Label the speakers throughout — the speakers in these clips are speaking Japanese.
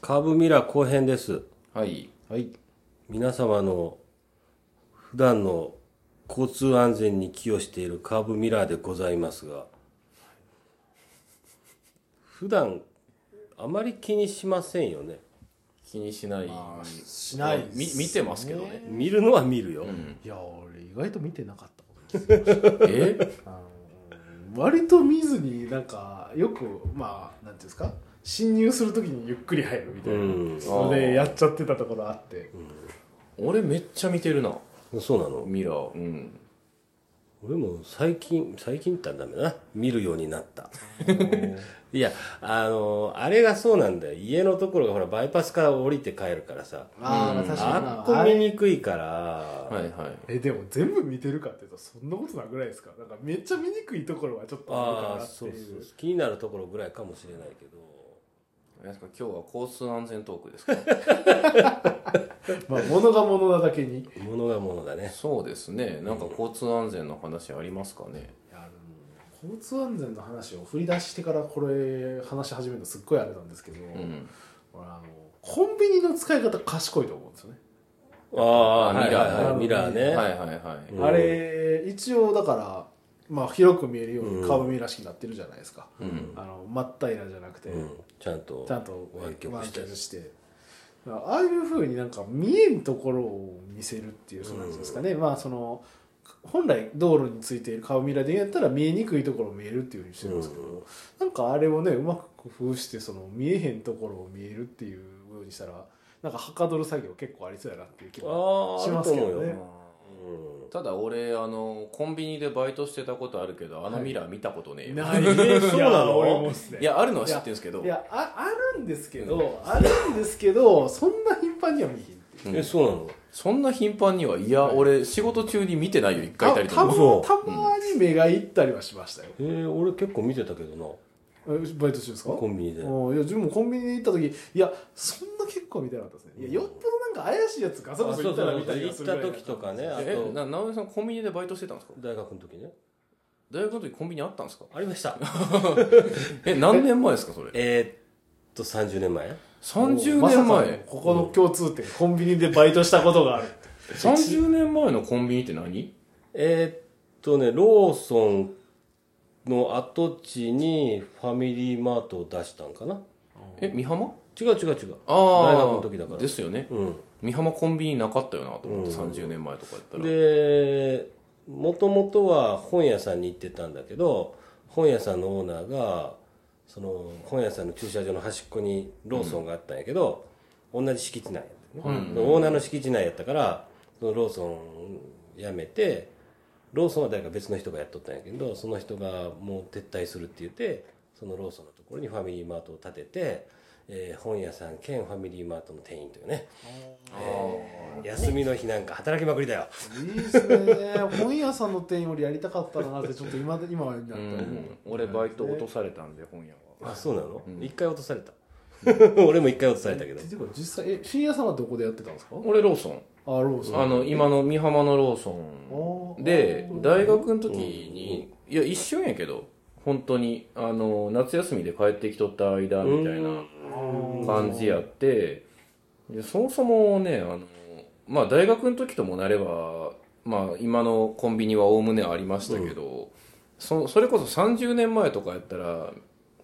Speaker 1: カーブミラー後編です。
Speaker 2: はい。はい。
Speaker 1: 皆様の普段の交通安全に寄与しているカーブミラーでございますが、普段あまり気にしませんよね。
Speaker 2: 気にしない。
Speaker 3: しないです
Speaker 2: み見てますけどね。
Speaker 1: 見るのは見るよ。
Speaker 3: いや俺意外と見てなかった
Speaker 2: え
Speaker 3: 割と見ずになんかよくまあなんていうんですか侵入するときにゆっくり入るみたいな、
Speaker 1: うん
Speaker 3: それでやっちゃってたところあって、
Speaker 2: 俺めっちゃ見てるな。
Speaker 1: そうなの
Speaker 2: ミラー。うん。
Speaker 1: 俺も最近、最近って言ったらダメだな。見るようになった。いや、あの、あれがそうなんだよ。家のところがほら、バイパスから降りて帰るからさ。
Speaker 3: ああ確かに
Speaker 1: あっ
Speaker 3: な
Speaker 1: こ
Speaker 3: あ
Speaker 1: 見
Speaker 3: れ
Speaker 1: にくいから、
Speaker 2: はいはい。
Speaker 3: えでも全部見てるかっていうとそんなことなくないですかなんかめっちゃ見にくいところはちょっとあるか
Speaker 1: あ
Speaker 3: な
Speaker 1: あ
Speaker 3: って
Speaker 1: そ
Speaker 3: いうう
Speaker 1: そうそう気になるところぐらいかもしれないけど
Speaker 2: なんか今日は交通安全トークですか
Speaker 3: まあ物が物なだけに
Speaker 1: 物が物だね
Speaker 2: そうですね。なんか交通安全の話ありますかね。
Speaker 3: いやあの交通安全の話を振り出してからこれ話し始めるのすっごいあれなんですけど、
Speaker 2: うん。
Speaker 3: 俺あのコンビニの使い方賢いと思うんですよね、
Speaker 1: ああ
Speaker 2: あ
Speaker 1: ミラー、ミ
Speaker 3: ミ
Speaker 1: ラ
Speaker 3: ラ
Speaker 1: ー
Speaker 3: ー
Speaker 1: ね、
Speaker 2: はいはいはい。
Speaker 1: うん
Speaker 3: あれ一応だから、まあ、広く見えるよう
Speaker 1: うん
Speaker 3: にカーブミラー式になってるじゃないですか、
Speaker 2: うん。
Speaker 3: あの真っ平らじゃなくて、
Speaker 1: うん、ちゃんと
Speaker 3: ちゃんと
Speaker 1: 湾曲
Speaker 3: 湾
Speaker 1: して
Speaker 3: 曲してだからああいうふうになんか見えんところを見せるっていうそうなんですかね、まあその本来道路についているカーブミラーでやったら見えにくいところを見えるっていうふうにしてるんですけど、
Speaker 1: うん
Speaker 3: なんかあれをねうまく工夫してその見えへんところを見えるっていうようにしたらなんかはかどる作業結構ありそうやなっていう気
Speaker 1: あ
Speaker 3: も
Speaker 1: あ
Speaker 3: し
Speaker 1: ある
Speaker 3: ま
Speaker 1: と
Speaker 3: すけ
Speaker 1: 思う
Speaker 3: ど
Speaker 1: よ、
Speaker 3: ね
Speaker 1: うん
Speaker 2: ただ俺、あの、コンビニでバイトしてたことあるけど、あのミラー見たことねえよ。
Speaker 3: ない
Speaker 1: そうなの
Speaker 3: いや俺もっすね
Speaker 2: いや、あるのは知ってるんですけど。
Speaker 3: いやああるんですけど、あるんですけどそんな頻繁には見えへんっていう
Speaker 2: うん
Speaker 1: えそうなの
Speaker 2: そんな頻繁には、いや、俺、仕事中に見てないよ、一回いたりと
Speaker 3: たたま
Speaker 2: か。
Speaker 1: 嘘
Speaker 3: たまに目がいったりはしましたよ、
Speaker 1: えー、俺結構見てたけどな
Speaker 3: えバイト中ですか
Speaker 1: コンビニで
Speaker 3: うんいや自分もコンビニに行った時いやそんな結構見てなかったですねいやよっぽどなんか怪しいやつガサガサ行ったら見たり
Speaker 1: 行
Speaker 3: が
Speaker 1: っ
Speaker 3: するぐ
Speaker 1: た
Speaker 3: らい
Speaker 1: 時とかねあ
Speaker 2: え、
Speaker 1: と
Speaker 2: な、直江さん、コンビニでバイトしてたんですか
Speaker 1: 大学の時ね
Speaker 2: 大学の時コンビニあったんですか
Speaker 1: ありました
Speaker 2: え、何年前ですか、それ。
Speaker 1: えー、っと30年前
Speaker 2: 30
Speaker 3: ま
Speaker 2: 年
Speaker 3: さかの
Speaker 2: 前。
Speaker 3: ここの共通点、コンビニでバイトしたことがある
Speaker 2: 30年前のコンビニって何
Speaker 1: えーっとねローソンの跡地にファミリーマートを出したんかな
Speaker 2: え、美浜
Speaker 1: 違う違う違う
Speaker 2: ああ。
Speaker 1: 大学の時だから
Speaker 2: ですよね。
Speaker 1: うん
Speaker 2: 美浜コンビニなかったよなと思って、30年前とかやったら。
Speaker 1: でもともとは本屋さんに行ってたんだけど本屋さんのオーナーがその本屋さんの駐車場の端っこにローソンがあったんやけど、同じ敷地内やったね、オーナーの敷地内やったからそのローソン辞めてローソンは誰か別の人がやっとったんやけどその人がもう撤退するって言ってそのローソンのところにファミリーマートを建てて、えー本屋さん兼ファミリーマートの店員というね
Speaker 2: あー
Speaker 1: 休みの日なんか働きまくりだよ
Speaker 3: いいですね本屋さんの店員よりやりたかったなってちょっと今で今はにな
Speaker 2: う
Speaker 3: って思う、
Speaker 2: ん。俺、バイト落とされたんで、本屋は。
Speaker 1: あそうなの一、回落とされた 俺も一回落とされたけど
Speaker 3: ていうか実際え深夜さんはどこでやってたんですか
Speaker 2: 俺、ローソン。
Speaker 3: あローソン
Speaker 2: あの、今の美浜のローソ
Speaker 3: お
Speaker 2: ン
Speaker 3: ー
Speaker 2: で、大学の時に、いや、一瞬やけど、本当に、あの、夏休みで帰ってきとった間、みたいな感じやって、でそもそもね、あの、まあ、大学の時ともなれば、まあ、今のコンビニはおおむねありましたけど、そそれこそ30年前とかやったら、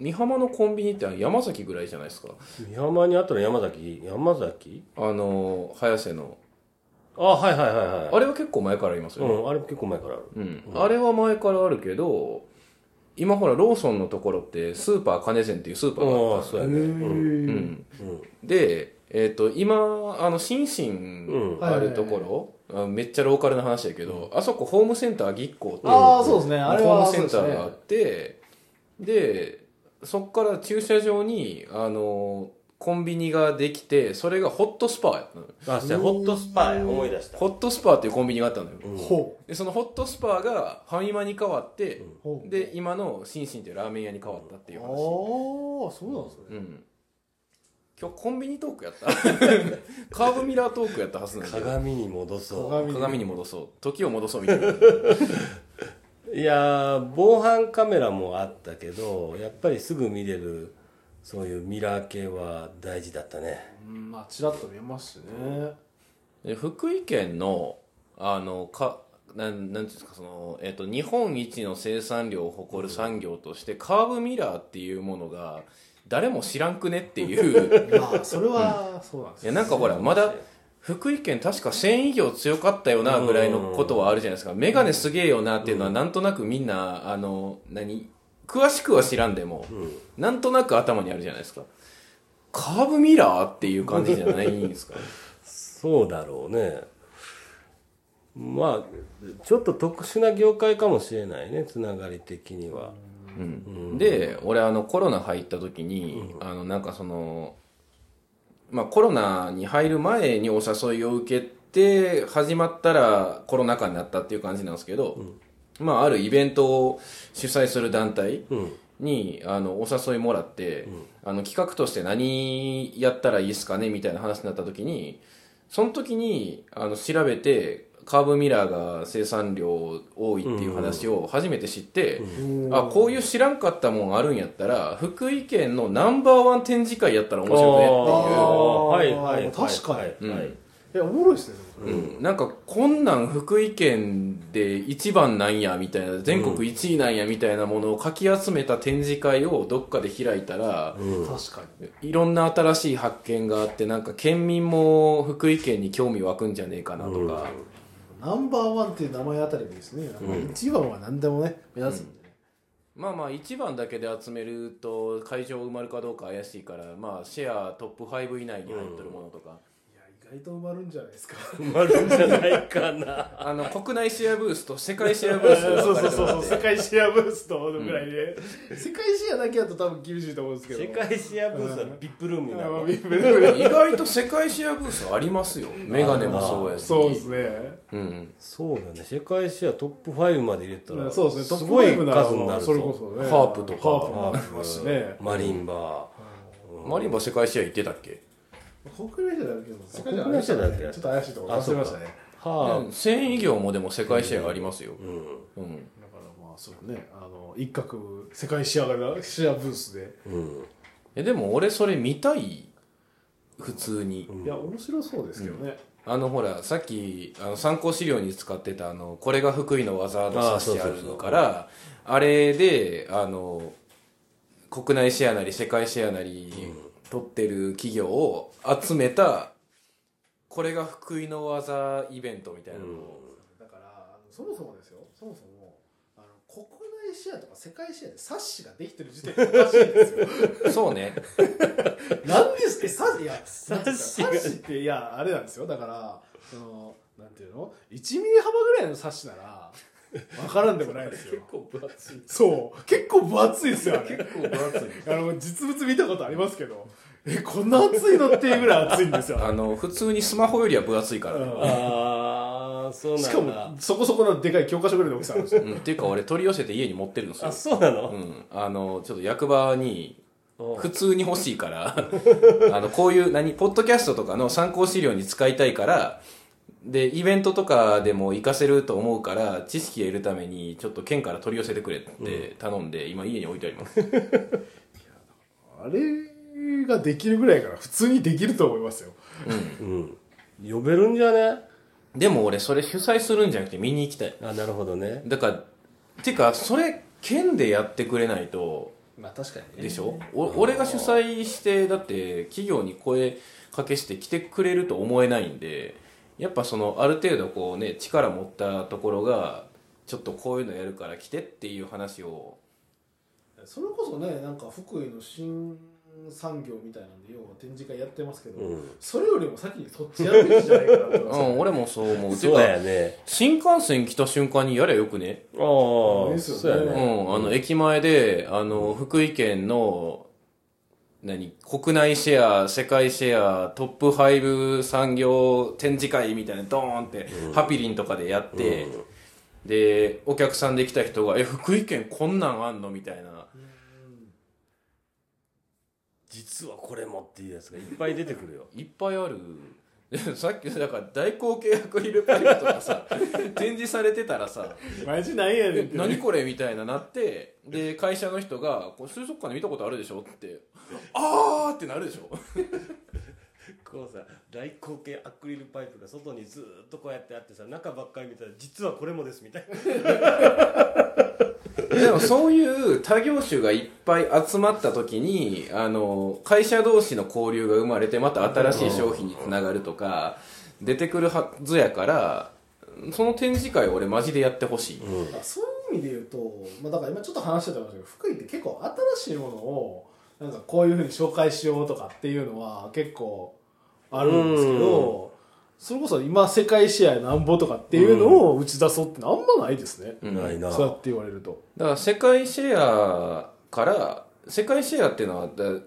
Speaker 2: 美浜のコンビニってあの山崎ぐらいじゃないですか。
Speaker 1: 山にあったの山崎山崎
Speaker 2: あの、早瀬の。
Speaker 1: あはいはいはいはい
Speaker 2: あれは結構前からありますよね。
Speaker 1: うんあれも結構前からある
Speaker 2: うん、あれは前からあるけど今ほらローソンのところってスーパー金善っていうスーパーがあ
Speaker 1: あ
Speaker 2: っ
Speaker 1: あ
Speaker 2: た
Speaker 1: そう
Speaker 3: へ
Speaker 1: や
Speaker 3: え、
Speaker 1: ねうん
Speaker 2: うんで、えっと今あのシンシ
Speaker 1: うん
Speaker 2: ンあるところ、あめっちゃローカルな話やけど、あそこホームセンターぎっこっていう
Speaker 3: ああそうですねあれ
Speaker 2: ホー
Speaker 3: は
Speaker 2: ムセ
Speaker 3: そう
Speaker 2: ン
Speaker 3: で
Speaker 2: タ
Speaker 3: す
Speaker 2: ーがあ
Speaker 3: ね
Speaker 2: ってでそっから駐車場にあのコンビニができてそれがホットスパーやったのよ
Speaker 1: あそうやホットスパや思い出した
Speaker 2: ホットスパーっていうコンビニがあったのよ、
Speaker 3: ほ
Speaker 2: でそのホットスパーがファミマに変わって、
Speaker 3: うほう
Speaker 2: で今のシンシンっていうラーメン屋に変わったっていう
Speaker 3: ああ
Speaker 2: 話
Speaker 3: そうなんですね
Speaker 2: うん今日コンビニトークやった カーブミラートークやったはずなんだけど
Speaker 1: 鏡に戻そ
Speaker 3: 鏡
Speaker 2: 鏡に戻そう時を戻そうみたいな
Speaker 1: ういやー防犯カメラもあったけどやっぱりすぐ見れるそういうミラー系は大事だったね
Speaker 3: うんまあちらっと見えますしね
Speaker 2: で福井県のあのかなんなんていうんですかその、えっと日本一の生産量を誇る産業として、カーブミラーっていうものが誰も知らんくねっていう
Speaker 3: まあそれはそうなんです
Speaker 2: いやなんかほらまだ福井県確か1000以上強かったよなぐらいのことはあるじゃないですかメガネすげえよなっていうのはなんとなくみんなあの何詳しくは知らんでも、なんとなく頭にあるじゃないですかカーブミラーっていう感じじゃないんですかね
Speaker 1: そうだろうねまあちょっと特殊な業界かもしれないねつながり的には
Speaker 2: うんで俺あのコロナ入った時に、あのなんかそのまあコロナに入る前にお誘いを受けて始まったらコロナ禍になったっていう感じなんですけど、まああるイベントを主催する団体
Speaker 1: うん
Speaker 2: にあのお誘いもらって、あの企画として何やったらいいですかねみたいな話になった時にその時にあの調べてカーブミラーが生産量多いっていう話を初めて知って、あこういう知らんかったもんあるんやったら福井県のナンバーワン展示会やったら面白
Speaker 1: あー
Speaker 3: って
Speaker 1: はいいうはいはい
Speaker 3: 確かに
Speaker 1: はい
Speaker 2: うん
Speaker 3: いやおもろいですね
Speaker 2: くねっていう、うんなんかこんなん福井県で一番なんやみたいな全国一位なんやみたいなものをかき集めた展示会をどっかで開いたら、
Speaker 3: でも確かに
Speaker 2: いろんな新しい発見があってなんか県民も福井県に興味湧くんじゃねえかなとか、
Speaker 3: ナンバーワンっていう名前あたりもいいですねなんか一番は何でもね目指すんでね
Speaker 2: まあまあ1番だけで集めると会場埋まるかどうか怪しいからまあシェアトップ5以内に入っとるものとか、
Speaker 3: いや意外と埋まるんじゃな いですか
Speaker 1: 埋まるんじゃないかな
Speaker 2: あの国内シェアブースと世界シェアブース が分かれてもらって
Speaker 3: 界シェアブースとぐらいで世界シェアだけだと多分厳しいと思うんですけど
Speaker 1: 世界シェアブースはビップルームになるわ
Speaker 2: 意外と世界シェアブースありますよメガネもそうやし
Speaker 3: そうですね
Speaker 2: うん
Speaker 1: そうだね世界シェアトップ5まで入れたら
Speaker 3: そうですねトップ
Speaker 1: ごい
Speaker 3: 5なら
Speaker 1: 数になるぞ
Speaker 3: それこそね
Speaker 2: ハープとか
Speaker 3: ハープも
Speaker 1: ハ
Speaker 3: あり
Speaker 1: ープ
Speaker 3: ますしね
Speaker 1: マリンバ
Speaker 2: マリンバ世界シェア行ってたっけ
Speaker 3: 国内社だけど世界
Speaker 1: 国内社だっけ
Speaker 3: ちょっと怪しいところ忘れましたね
Speaker 1: ーハー
Speaker 2: 繊維業もでも世界シェアありますよ、
Speaker 1: プうん
Speaker 2: うん、
Speaker 3: だからまあそうねあの一角世界シェアがシェアブースで、
Speaker 1: うん
Speaker 2: えでも俺それ見たい普通に
Speaker 3: いや面白そうですけどね、
Speaker 2: あのほらさっきあの参考資料に使ってたあのこれが福井の技の冊子あるのからあれであの国内シェアなり世界シェアなり取ってる企業を集めたこれが福井の技イベントみたいなのを、
Speaker 3: だからあのそもそもですよそもそもあの国内シェアとか世界シェアで冊子ができてる時点でおかしいんですよ
Speaker 2: そうね
Speaker 3: なんですか冊子いや冊
Speaker 1: 子
Speaker 3: 子
Speaker 1: が
Speaker 3: 冊子っていやあれなんですよだからそのなんていうの1ミリ幅ぐらいの冊子なら分からんでもないですよ
Speaker 1: 構分厚い
Speaker 3: そう結構分厚いですよあれ
Speaker 2: 結構分厚い
Speaker 3: あの実物見たことありますけどえこんな厚いのっていうぐらい厚いんですよ
Speaker 2: あの普通にスマホよりは分厚いからね、
Speaker 1: ああそうなん
Speaker 3: し
Speaker 1: だ
Speaker 3: かもそこそこのでかい教科書ぐらいの大きさあるんですよ
Speaker 2: うん、っていうか俺取り寄せて家に持ってるんですよ
Speaker 1: あそうなの
Speaker 2: うん、あのちょっと役場に
Speaker 1: おう
Speaker 2: 普通に欲しいから あのこういう何ポッドキャストとかの参考資料に使いたいからでイベントとかでも活かせると思うから知識を得るためにちょっと県から取り寄せてくれって頼んで、今家に置いてあります
Speaker 3: あれができるぐらいから普通にできると思いますよ
Speaker 1: うん呼べるんじゃね
Speaker 2: でも俺それ主催するんじゃなくて見に行きたい
Speaker 1: あなるほどね
Speaker 2: だからてかそれ県でやってくれないと
Speaker 3: まあ確かに
Speaker 2: でしょ、お俺が主催してだって企業に声かけして来てくれると思えないんでやっぱそのある程度こうね力持ったところがちょっとこういうのやるから来てっていう話を
Speaker 3: それこそねなんか福井の新産業みたいなんで要は展示会やってますけど、
Speaker 1: うん
Speaker 3: それよりも先にそっちやるべきじゃないかなと
Speaker 2: う
Speaker 3: 思い
Speaker 2: ん俺もそう思うて
Speaker 1: そうや
Speaker 2: か
Speaker 1: ね
Speaker 2: 新幹線来た瞬間にやりゃよくね
Speaker 1: ああ
Speaker 3: いいっすよね
Speaker 1: そうや
Speaker 2: う
Speaker 1: ね
Speaker 2: んあの駅前であの福井県の何国内シェア世界シェアトップ5産業展示会みたいなドーンって、ハピリンとかでやって、でお客さんで来た人が「え福井県こんなんあんの?」みたいな
Speaker 1: 実はこれもっていうやつがいっぱい出てくるよ
Speaker 2: いっぱいある さっきだから大口径アクリルパイプとかさ 展示されてたらさ
Speaker 3: マジなんやねんっ
Speaker 2: え
Speaker 3: て
Speaker 2: 何これみたいななってで会社の人が「これ水族館で見たことあるでしょ?」って「あー!」ってなるでしょ
Speaker 1: こうさ大口径アクリルパイプが外にずーっとこうやってあってさ中ばっかり見たら実はこれもですみたいな
Speaker 2: でもそういう他業種がいっぱい集まった時にあの会社同士の交流が生まれてまた新しい商品につながるとか出てくるはずやからその展示会を俺マジでやってほしい、
Speaker 3: あそういう意味で言うと、まあ、だから今ちょっと話してたんですけど福井って結構新しいものをなんかこういうふうに紹介しようとかっていうのは結構あるんですけどそれこそ今世界シェアなんぼとかっていうのを打ち出そうってのはあんまないですね、
Speaker 2: うん
Speaker 1: ないな
Speaker 3: そうやって言われると
Speaker 2: だから世界シェアから世界シェアっていうのはだ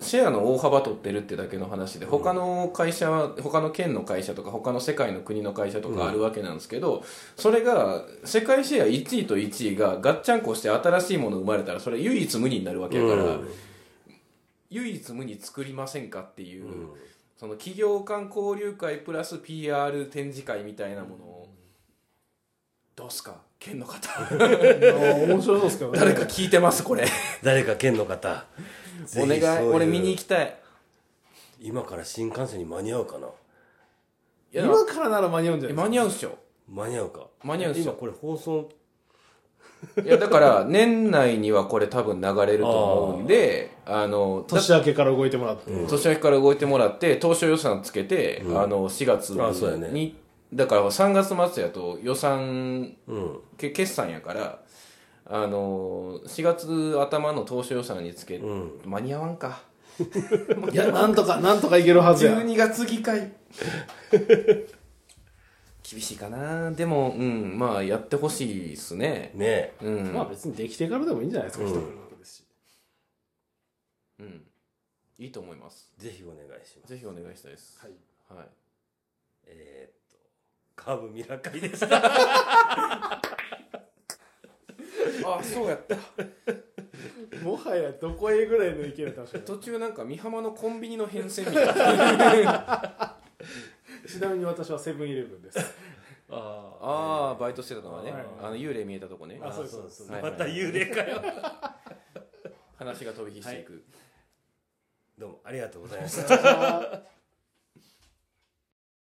Speaker 2: シェアの大幅取ってるってだけの話で他の会社は他の県の会社とか他の世界の国の会社とかあるわけなんですけど、それが世界シェア1位と1位がガッチャンコして新しいもの生まれたらそれ唯一無二になるわけだから、
Speaker 1: うん
Speaker 2: 唯一無二作りませんかっていう、その企業間交流会プラス PR 展示会みたいなものを、どうすか県の方
Speaker 3: あー面白そうですけどね
Speaker 2: 誰か聞いてます これ
Speaker 1: 誰か県の方
Speaker 2: お願い俺見に行
Speaker 1: き
Speaker 2: きたい
Speaker 1: 今から新幹線に間に合うかない
Speaker 2: や
Speaker 3: 今からなら間に合うんじゃ
Speaker 2: え
Speaker 3: ない
Speaker 2: 間に合うっしょ
Speaker 1: 間に合うか
Speaker 2: 間に合うっしょ
Speaker 1: 今これ放送
Speaker 2: いやだから年内にはこれ多分流れると思うんであのだ
Speaker 3: 年明けから動いてもらって、
Speaker 2: 年明けから動いてもらって当初予算つけて、あの4月に
Speaker 1: あそうやね
Speaker 2: だから3月末やと予算
Speaker 1: うん
Speaker 2: け決算やからあの4月頭の当初予算につけ、
Speaker 1: ん
Speaker 2: 間に合わんか
Speaker 3: いやなんとかなんとかいけるはずや
Speaker 2: 12月議会 厳しいかなでもうんまあやってほしいっすね
Speaker 1: ねえ
Speaker 2: うん
Speaker 3: まあ別にできてからでもいいんじゃないですか、
Speaker 1: うん
Speaker 3: 人もいるわけですし
Speaker 2: うん、いいと思います。
Speaker 1: ぜひお願いします
Speaker 2: ぜひお願いしたいです。
Speaker 3: はい
Speaker 2: はい。
Speaker 1: えー、っとカーブミラカイでした
Speaker 2: あ、そうやった。
Speaker 3: もはやどこへぐらいの勢いだったんでしょうね
Speaker 2: 途中なんか、美浜のコンビニの変遷みたいな。
Speaker 3: ちなみに私はセブンイレブンです
Speaker 1: あ
Speaker 2: ああ、バイトしてたのはね
Speaker 3: はい。
Speaker 2: あの、幽霊見えたとこね
Speaker 1: あ。
Speaker 3: そう
Speaker 1: そうそ
Speaker 3: そ
Speaker 1: うう、
Speaker 2: はい
Speaker 1: また幽霊かよ
Speaker 2: 話が飛び火していく。
Speaker 1: どうもありがとうございました
Speaker 3: あー